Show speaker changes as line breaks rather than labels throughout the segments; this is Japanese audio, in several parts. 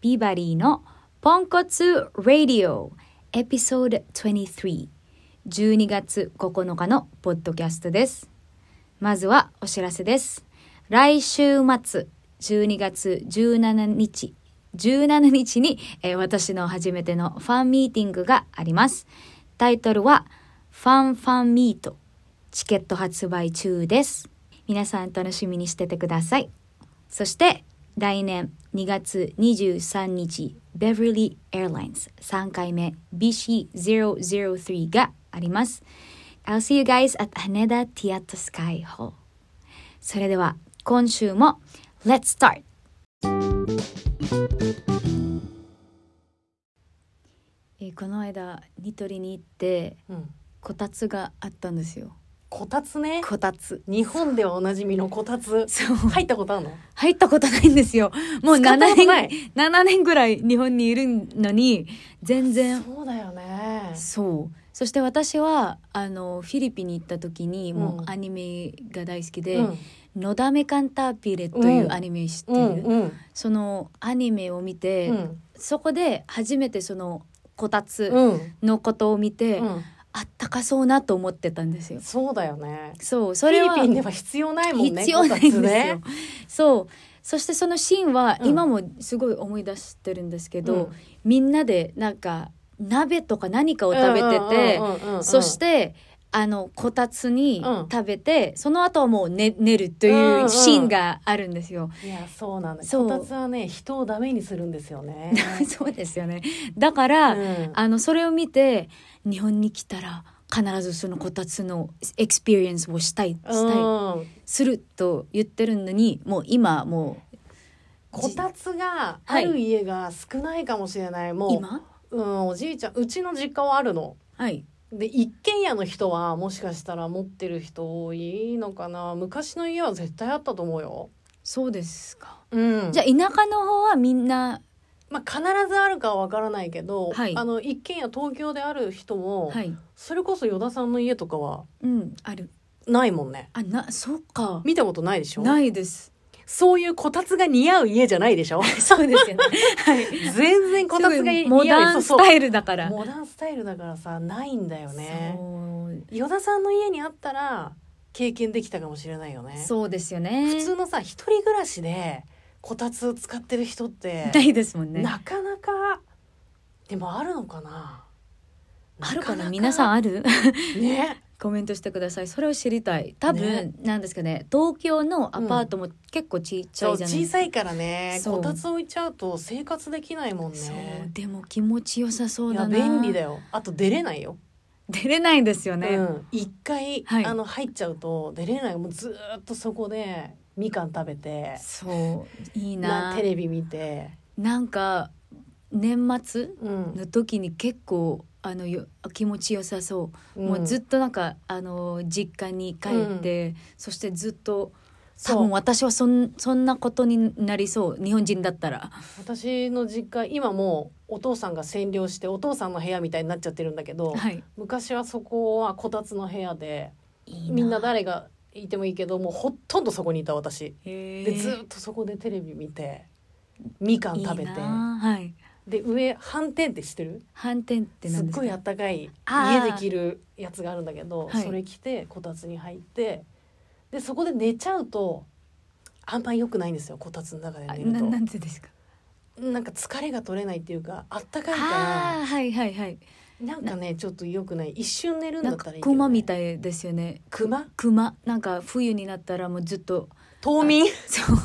ビバリーのポンコツラディオエピソード23 12月9日のポッドキャストですまずはお知らせです来週末12月17日17日に、えー私の初めてのファンミーティングがありますタイトルはファンファンミートチケット発売中です皆さん楽しみにしててくださいそして来年2月23日ベブリー・エアラインズ3回目 BC003 があります I'll see you guys at Haneda Theatre Sky Hall それでは今週も Let's start! えーこの間ニトリに行って
うん
こたつがあったんですよ
こたつね
こたつ
日本ではおなじみのこたつ
そう
入ったことあるの
入ったことないんです よもう
使った
7
こと
年
ない
7年ぐらい日本にいるのに全然
そうだよね
そうそして私はあのフィリピンに行った時に
うん
もうアニメが大好き
う
で
ん
「のだめカンターピレ」というアニメ知って
う
いる、
んうん
そのアニメを見て、
うん
そこで初めてそのこたつ
うん
のことを見て、
うん
あったかそうなと思ってたんですよ。
そうだよね
そう
フ
それ
ィ
は
リピンでは必要ないもんね
必要ないんですよ、
こたつね
そうそしてそのシーンは
うん
今もすごい思い出してるんですけど、
うん
みんなでなんか鍋とか何かを食べてて、
うんうんうんうん
そしてあのこたつに
うん
食べて、その後はもう寝寝ると
ん
いううんシーンがあるんですよ。
いやそうなんだ
そう
こたつはね人をダメにするんですよね
そうですよねだから、
うん
あのそれを見て日本に来たら必ずそのこたつのエクスペリエンスをしたいしたい、
うん
すると言ってるのにもう今も
こたつがある家が少ないかもしれない、
う
も
今
う、うん、おじいちゃんうちの実家はあるの
はい
で一軒家の人はもしかしたら持ってる人多いのかな昔の家は絶対あったと思うよ。
そうですか。
うん
じゃあ田舎の方はみんな
まあ、必ずあるかはわからないけど、
はい
あの一軒家東京である人も、
はい。
それこそ依田さんの家とかは
うんある。
ないもんね
あなそうか。
見たことないでしょ
ない です。
そういうこたつが似合う家じゃないで しょ
そうですよね。はい。
全然こたつが似合う
モダンス
イ
タイルだから。
モダンスタイルだからさないんだよね
そう
依田さんの家にあったら経験できたかもしれないよね
そうですよね。
普通のさ一人暮らしでこたつ使ってる人って
ないですもんね。
なかなかでもあるのかな
あるかな皆さんある
んね
コメントしてくださいそれを知りたい多分、
ね
なんですかね東京のアパートも結構ちっちゃ
そう
いじゃないで
小
すか、
さいからね
そう
こたつ置いちゃうと生活できないもん
そう
ね
でも気持ちよさそう
い
だ
や
な
便利だよあと出れないよ、
出れないんですよね、
うん、一回、
はい
あの入っちゃうと出れないもうずーっとそこでみかん食べて
そういい
な
な
テレビ見て、
なんか年末
うん
の時に結構あのよ気持ちよさそう、もうずっ
と
となんかあの実家に帰って、そしてずっと多
そう
分私はそんそんなことになりそう日本人だったら
私の実家今もうお父さんが占領してお父さんの部屋みたいになっちゃってるんだけど、
はい
昔はそこはこたつの部屋で
いい
みんな誰がいてもいいけどもうほとんどそこにいた私
で
でずっとそこでテレビ見てみかん食べて
いいなはい
で上反転って知ってる
反転って
す
何
っ
です
ご
か
いあったかい
あ
家
ー
で着るやつがあるんだけど、
はい
それ着てこたつに入ってでそこで寝ちゃうとあんま良くないんですよこたつの中で
あ
寝る
な
と
なんてですか
なんか疲れが取れないっていうかあったかい
あ
か
ーはいはいはい
らなんかねちょっと良くない一瞬寝るんだ
なん
っ
か
たらいいけど、ね、
熊みたいですよね
熊
熊なんか冬になったらもうずっと
冬眠
そう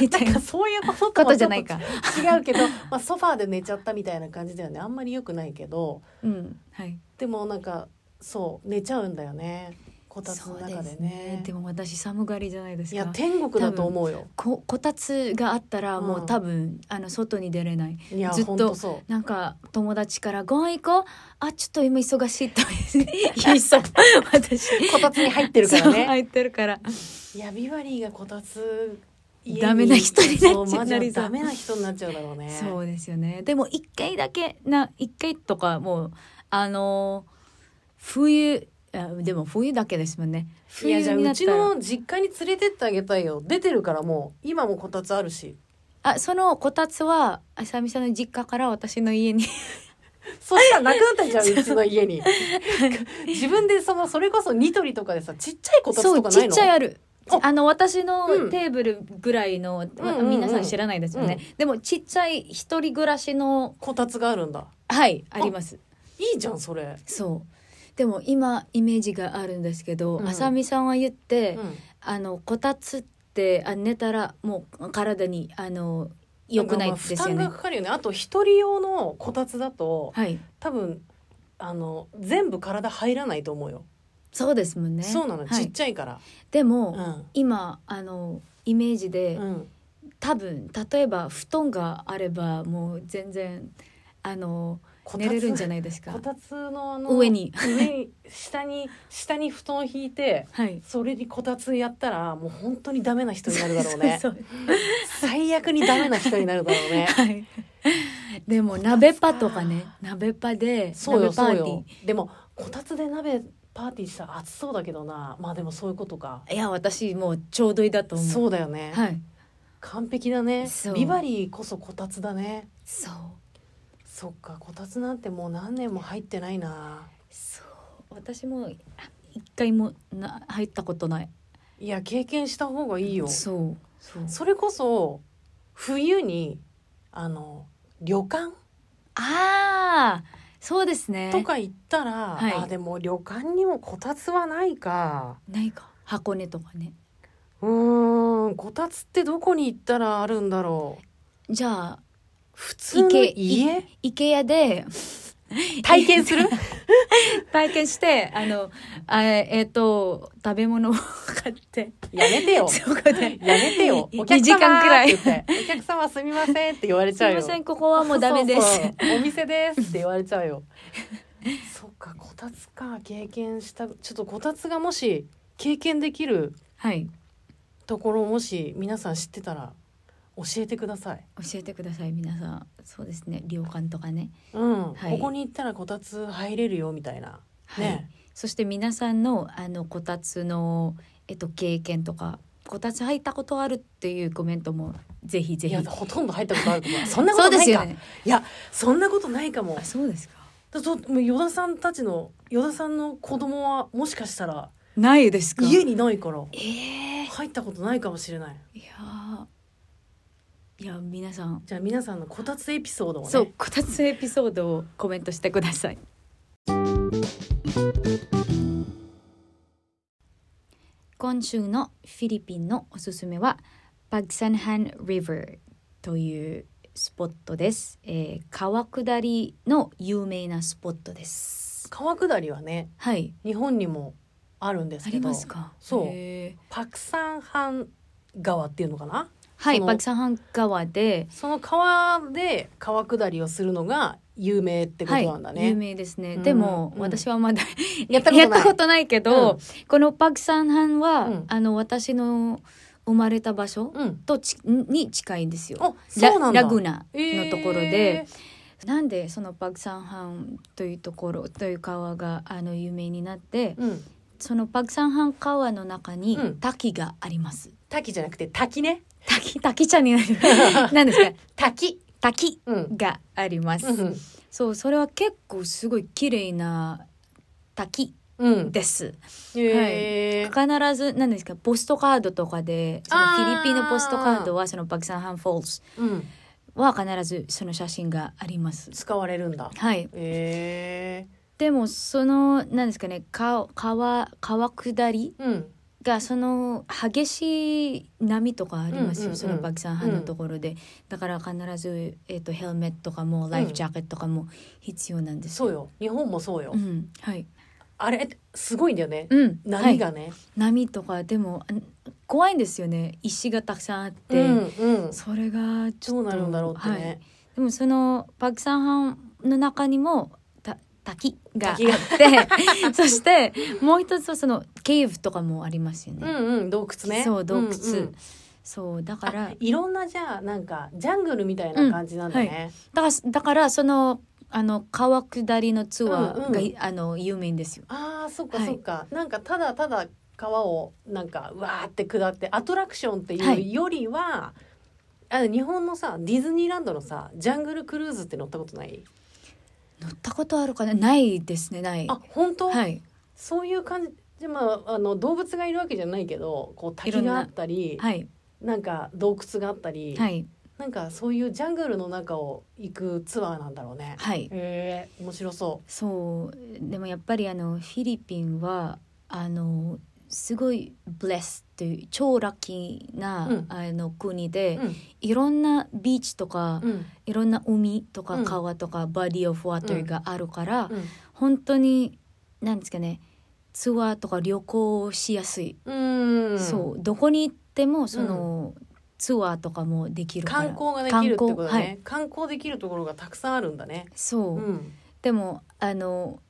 みたい
なん
な
かそういうこと
こ
は
とじゃないか
ちょっと違うけど、 まあ、ソファーで寝ちゃったみたいな感じだよねあんまり良くないけど
うんはい
でもなんかそう寝ちゃうんだよねこたつの中でね
でも私寒がりじゃないです
いや
か。
天国だと思うよ
ここたつがあったらもう多分、あの外に出れない。
いや
ずっと
ほんとそ
なんか友達からご飯行こう。あちょっと今忙しいと 言いそう。 私。
うこたつに入ってるか ら
そう
ね
入ってるから。
いやビバリーがこたつ家に
ダメな人になっちゃう
そうマジ
なり
で
そう
ダメな人になっちゃうだろうね
そうですよね。でも一回だけな一回とかもうあの冬あでも冬だけですもんね。
い
冬
やじゃあ
にな
う
った
ち
ら
の実家に連れてってあげたいよ出てるからもう今もこたつあるし
あそのこたつはあさみさんの実家から私の家に
そしたらなくなったじゃんうちの家 に自分でそのそれこそニトリとかでさちっちゃいこたつ
そ
と
う
か
ち
な
っ
いの
ちゃいある
あ
あの私
う
の
ん
テーブルぐらいの、ま
うんうんうん
皆さん知らないですよね、でもちっちゃい一人暮らしの
こたつがあるんだ
はいあります
いいじゃんそれ、
そうでも今イメージがあるんですけど、
うん
あさみさんは言って、
うん
あのこたつってあ寝たらもう体にあの良くないですよ
んかまあ負担
ね
が。かかるよねあと一人用のこたつだと
はい、
多分あの全部体入らないと思うよ、
そうですもんね。
そうなの、
は
ちっ
い、
ちゃいから
で
う
も、
ん、
今あのイメージで、
うん、
多分例えば布団があればもう全然あの
こ
寝れるんじゃな
ない
いです
こ
か。
たつのあの
上に
上に下に下に布団を引いて
はい。
それにこたつやったらもう本当にダメな人になるだろう ね
そうそう
最悪にダメな人になるだろ うね
はい。でも鍋パとかね鍋パで
そう
鍋
よ
パー
そう
ティ
よでもこたつで鍋パーティーしたら暑そうだけどなまあでもそういうことか
ーいや私もうちょうどいいだと思う。
そうだよね、
はい。
完璧だね
そう
ビバリーこそこたつだね
そう
そっかこたつなんてもう何年も入ってないな
そう私もあ一回もな入ったことない。
いや経験した方がいいよ
そうそう
それこそ冬にあの旅館
ああそうですね
とか行ったら、
はい
あでも旅館にもこたつはないか
ないか箱根とかね
うーんこたつってどこに行ったらあるんだろう
じゃあ
普通の
池
家
池屋で
体験する
体験してあのあえっ、と食べ物を買って
やめてよ
そこで
やめて よ
い
お客様
二時間くらい
って言ってお客様すみませんって言われ
「す
ちゃう
い
よ
ませんここはもうダメです」
そうそうお店ですって言われちゃうよ そっかこたつか経験したちょっとこたつがもし経験できる
はい
ところをもし皆さん知ってたら教えてください、
教えてください皆さんそうですね旅館とかね,、
うん
はい
ここに行ったらこたつ入れるよみたいな、
はい、
ね
そして皆さんのあのこたつの、えっと、経験とかこたつ入ったことあるっていうコメントもぜひぜ
い
ひ
やほとんど入ったことあると思うそんなこと
そう
な
で
い
すよ
か、
ね
そんなことないかも
あそうですか
だともう依田さんたちの依田さんの子供はもしかしたら
ないですか
家にないから
ええ
入ったことないかもしれない
いやーいや皆さん
じゃあ皆さんのこたつエピソードをね
そうこたつエピソードをコメントしてください今週のフィリピンのおすすめはパクサンハン・リバーというスポットです、えー川下りの有名なスポットです
川下りはね
はい
日本にもあるんで
あ
すけど
りますか
そう
へー
パクサンハン川っていうのかな
は
そ
い
の
パクサンハン川で
その川で川下りをするのが有名ってことなんだね、
はい、有名ですね。
うん
でも、
うん
私はまだ
やったことな
や
い
ったことないけど、
うん
このパクサンハンは、
うん
あの私の生まれた場所
うん
とちに近いんですよ。
あそうなんだ
ララグナのところで
え、ー
なんでそのパクサンハンというところという川があの有名になって、
うん、
そのパクサンハン川の中に
うん
滝があります。
滝じゃなくて滝ね
滝滝ちゃんに なる。なんですか？
滝
滝
うん
があります。
うん
そうそれは結構すごい綺麗な滝
うん
です。
へー
必ず何ですかポストカードとかでその
あ
フ
ー
ィリピンのポストカードはそのパクサンハンフォールズ
うん、
は必ずその写真があります。
使われるんだ
はい、
え
でもその何ですかね川川川下り
ー、うん
がその激しい波とかありますよ、
うんうんうん
そのパクサンハンのところで、だから必ず、えっとヘルメットとかもライフジャケットとかも必要なんです。
そうよ日本もそうよ、
うん、はい、
あれすごいんだよね、
うん、
波がね、
波とかでもあ怖いんですよね石がたくさんあって、
うんうん
それがち
ど
ょ
う
っと
なるんだろうって
は
ね
い、でもそのパクサンハンの中にもた滝があっ
滝が
て そしてもう一つはそのケーブとかもありますよね、
うんうん洞窟ね
そう洞窟、
んうん
そうだか
あ
ら
いろんなじゃあなんかジャングルみたいな感じなんだね、
だからだからそのあの川下りのツアーが、
うんうん
あの有名ですよ
ああそっか
はい
そっか、なんかただただ川をなんかうわーって下ってアトラクションって
はいいう
よりは、あ日本のさディズニーランドのさジャングルクルーズって乗ったことない
乗ったことあるかなないですねない
あ本当、
はい
そういう感じでまああの動物がいるわけじゃないけどこう
いろ
滝
んな
があったりな
はい
んか洞窟があったり、
はい
なんかそういうジャングルの中を行くツアーなんだろうね。
はい
へえ面白そ
そうでもやっぱりあのフィリピンはあのすごいブレスという超ラッキーな、
うん
あの国
う。
で、
うん
いろんなビーチとか、
うん
いろんな海と
う
か
ん
川とか、バディオフォワートがあるから、
うん
本当になんですかねツアーとか旅行をしやすい、
うん、
そうどこに行ってもその、ツアーとかもできるから
観光ができるってことだね観
観
光,、
はい、
できるところがたくさんあるんだね。
そうう、
ん、
でもあの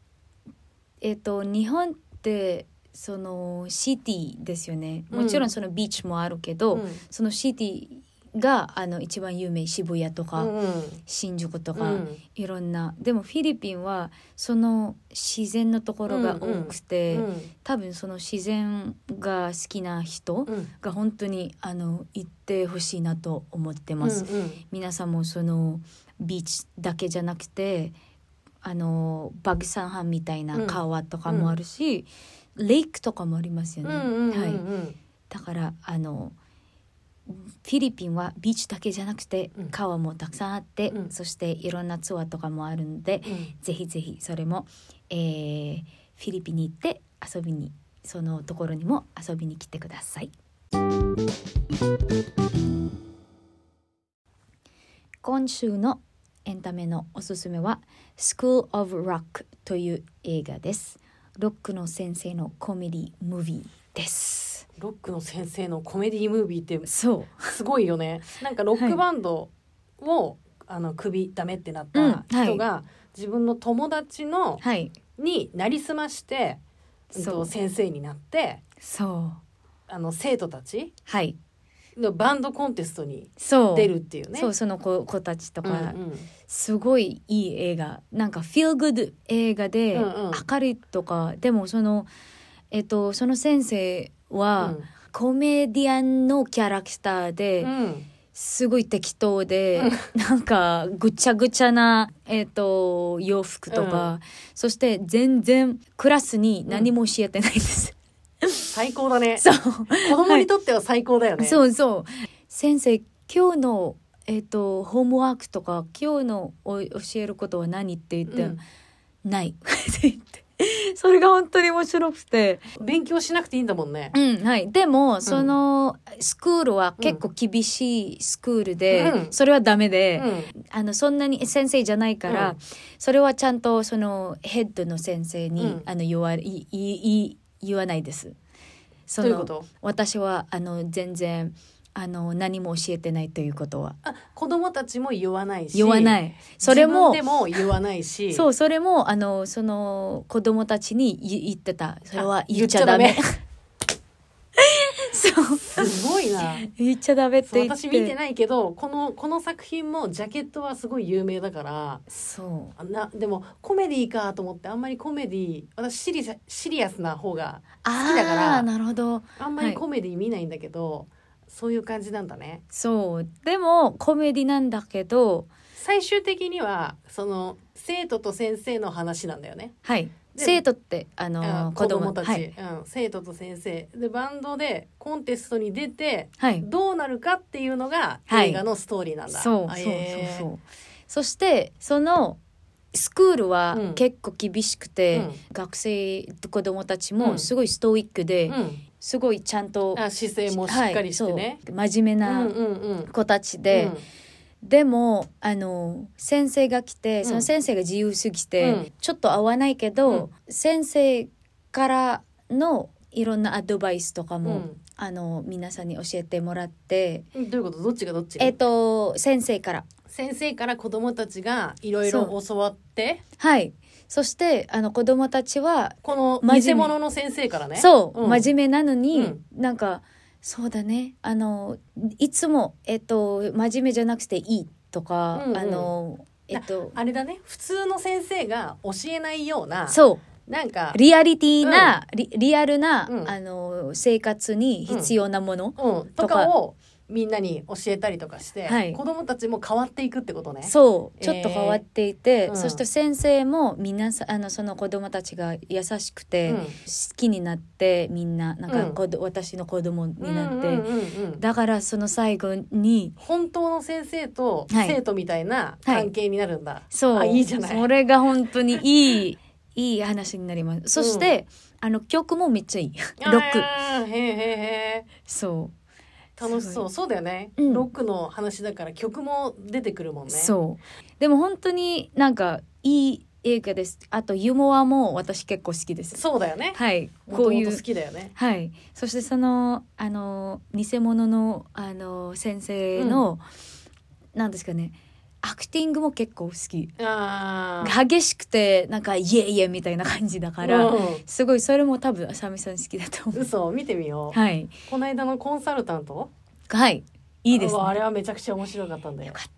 えっ、と日本ってそのシティですよね
うん
もちろんそのビーチもあるけど、そのシティがあの一番有名渋谷とか、
うん
新宿と
う
か、
ん
いろんなでもフィリピンはその自然のところが多くて、
うん
多分その自然が好きな人
うん
が本当にあの行ってほしいなと思ってます。
うんうん
皆さんもそのビーチだけじゃなくてあのバグサンハンみたいな川とかもあるし、レイクとかもありますよね、
うんうんうん
はい、だからあのフィリピンはビーチだけじゃなくて
うん
川もたくさんあって、
うん
そしていろんなツアーとかもあるんで、
うん
ぜひぜひそれも、えーフィリピンに行って遊びにそのところにも遊びに来てください。今週のエンタメのおすすめは「School of Rock」という映画です。ロックの先生のコメディムービーです。
ロックの先生のコメディムービーって
そう。
すごいよね。なんかロックバンドを、あの首ダメってなった人が、自分の友達の
はい。
になりすまして、うん
そ
と、
う
先生になって
そう。
あの生徒たち
はい。
のバンドコンテストに
そう。
出るっていうね。
そう、その子子たちと
うんう
か、
ん
すごいいい映画なんかフィルグッド映画で、
うんうん
明るいとかでもそのえっとその先生は、
うん
コメディアンのキャラクターで、
うん
すごい適当で、なんかぐちゃぐちゃな、えっと洋服とか、そして全然クラスに何も教えてないです。
最高だね。
そう
子供にとっては最高だよね。
そうそう先生今日のえっ、とホームワークとか今日のお教えることは何って言って、
うん
ない って言ってそれが本当に面白くて、
勉強しなくていいんだもんね。
うんはい、でもそのスクールは結構厳しいスクールで、
うん
それはダメ
う
で、
ん
あのそんなに先生じゃないから、
うん
それはちゃんとそのヘッドの先生に、
うん
あの言わいいい言わないです。そ
どういうこと
私はあの全然あの何も教えてないということは
あ子供たちも言わないし
言わないいそれも
自分でも言わないし
そううそれもあのその子供たちに言言ってたそれは言っちゃダメそう
すごいな
言っちゃダメって
そう
言って
私見てないけどこのこの作品もジャケットはすごい有名だから
そ
あなでもコメディーかと思ってあんまりコメディー私シリサシリアスな方が
う
きだから
ああーなるほど
あんま
は
り
い
コメディー見ないんだけど、そういう感じなんだね
そうでもコメディなんだけど
最終的にはその生徒と先生の話なんだよね
はい
で
生徒ってあの
あ
子
子
供
供たち、
はい、
うん、生徒と先生でバンドでコンテストに出て
はい、
どうなるかっていうのが
はい
映画のストーリーなんだ、
そうそうそう
へー
そうそしてそのスクールは
うん
結構厳しくて、
うん
学生子供たち
う
も
ん
すごいストイックで、
うん
すごいちゃんと
あ姿勢もしっかりしてね、
はいそう真面目
うん
な
うんうん
子たちで、でもあの先生が来て
ん
その先生が自由すぎて、
うん
ちょっと合わないけど、先生からのいろんなアドバイスとか
うん
も、あの皆さんに教えてもらって、
うんどういうことどっちがどっち、
えっと先生から
先生から子供たちがいろいろ教わって
はい。そしてあの子供たちは、
この
真面目
偽物の先生からね
そう、
ん
真面目なのに、
うん
なんかそうだねあのいつもえっと真面目じゃなくていいとか、
うんうん
あのえっと
あれだね普通の先生が教えないような
そ
なんか
うリアリティな、リリアルな、
うん
あの生活に必要なもの、
うん、
と
と
か
かをみんなに教えたりとかして、
はい
子供たちも変わっていくってことね。
そう
えー
ちょっと変わっていて、
うん
そして先生も皆さんあのその子供たちが優しくて、
うん
好きになってみんななんか
うん
子ど、私の子供になって、
うんうんうんうん
だからその最後に
本当の先生と
はい
生徒みたいな関係になるんだ。
そう
あいいじゃない
それが本当にい いいい話になりますそして、あの曲もめっちゃいいロック
あーへーへーへー
そ
楽し
す
そ
ご
うそうだよね、
うん
ロックの話だから曲も出てくるもん
う、
ね
そうでも本当になんかいい映画ですあとユーモアも私結構好きです
そうだよね
はいこ
こ
う
う
い
いう好きだよね
はい、そしてそのあの偽物のあの先生の、なんですかねアクティングも結構好き
あー
激しくてなんか「イエイエ」みたいな感じだから、
うん
すごいそれも多分浅見さん好きだと思う。
嘘見てみよう、
はい、
この間のコンサルタント
はい、いいです
う
ね。
わあれはめちゃくちゃ面白かったんで
よかっ
ち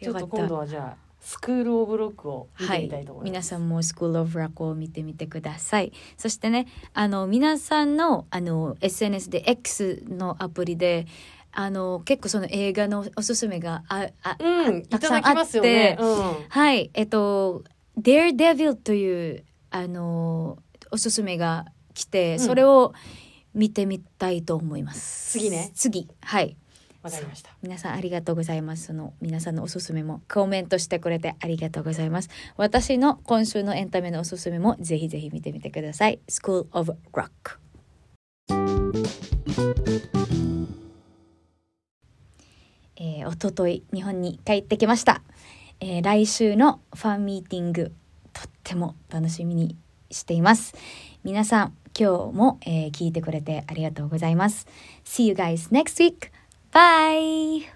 た、よ
ょ
か
っと
っ
今
た。
度はじゃあスクール・オブ・ロックを見
は
てみ
い
たいと思、います、
皆さんもスクールオブラックを見てみてください。そしてね、あの皆さんのあの SNS で X のアプリで、あの結構その映画のおすすめがああ
うんい
た
た
くさんあって
だきますよね、うん
はい、えっと、Daredevil という、あの、おすすめが来て、
うん
それを見てみたいと思います。
次ね
次。はい。
わかりました
皆さんありがとうございます。その皆さんのおすすめもコメントしてくれてありがとうございます。私の今週のエンタメのおすすめもぜひぜひ見てみてください。School of Rock。えー、おととい日本に帰ってきました、えー来週のファンミーティングとっても楽しみにしています皆さん今日も、えー聞いてくれてありがとうございます See you guys next week bye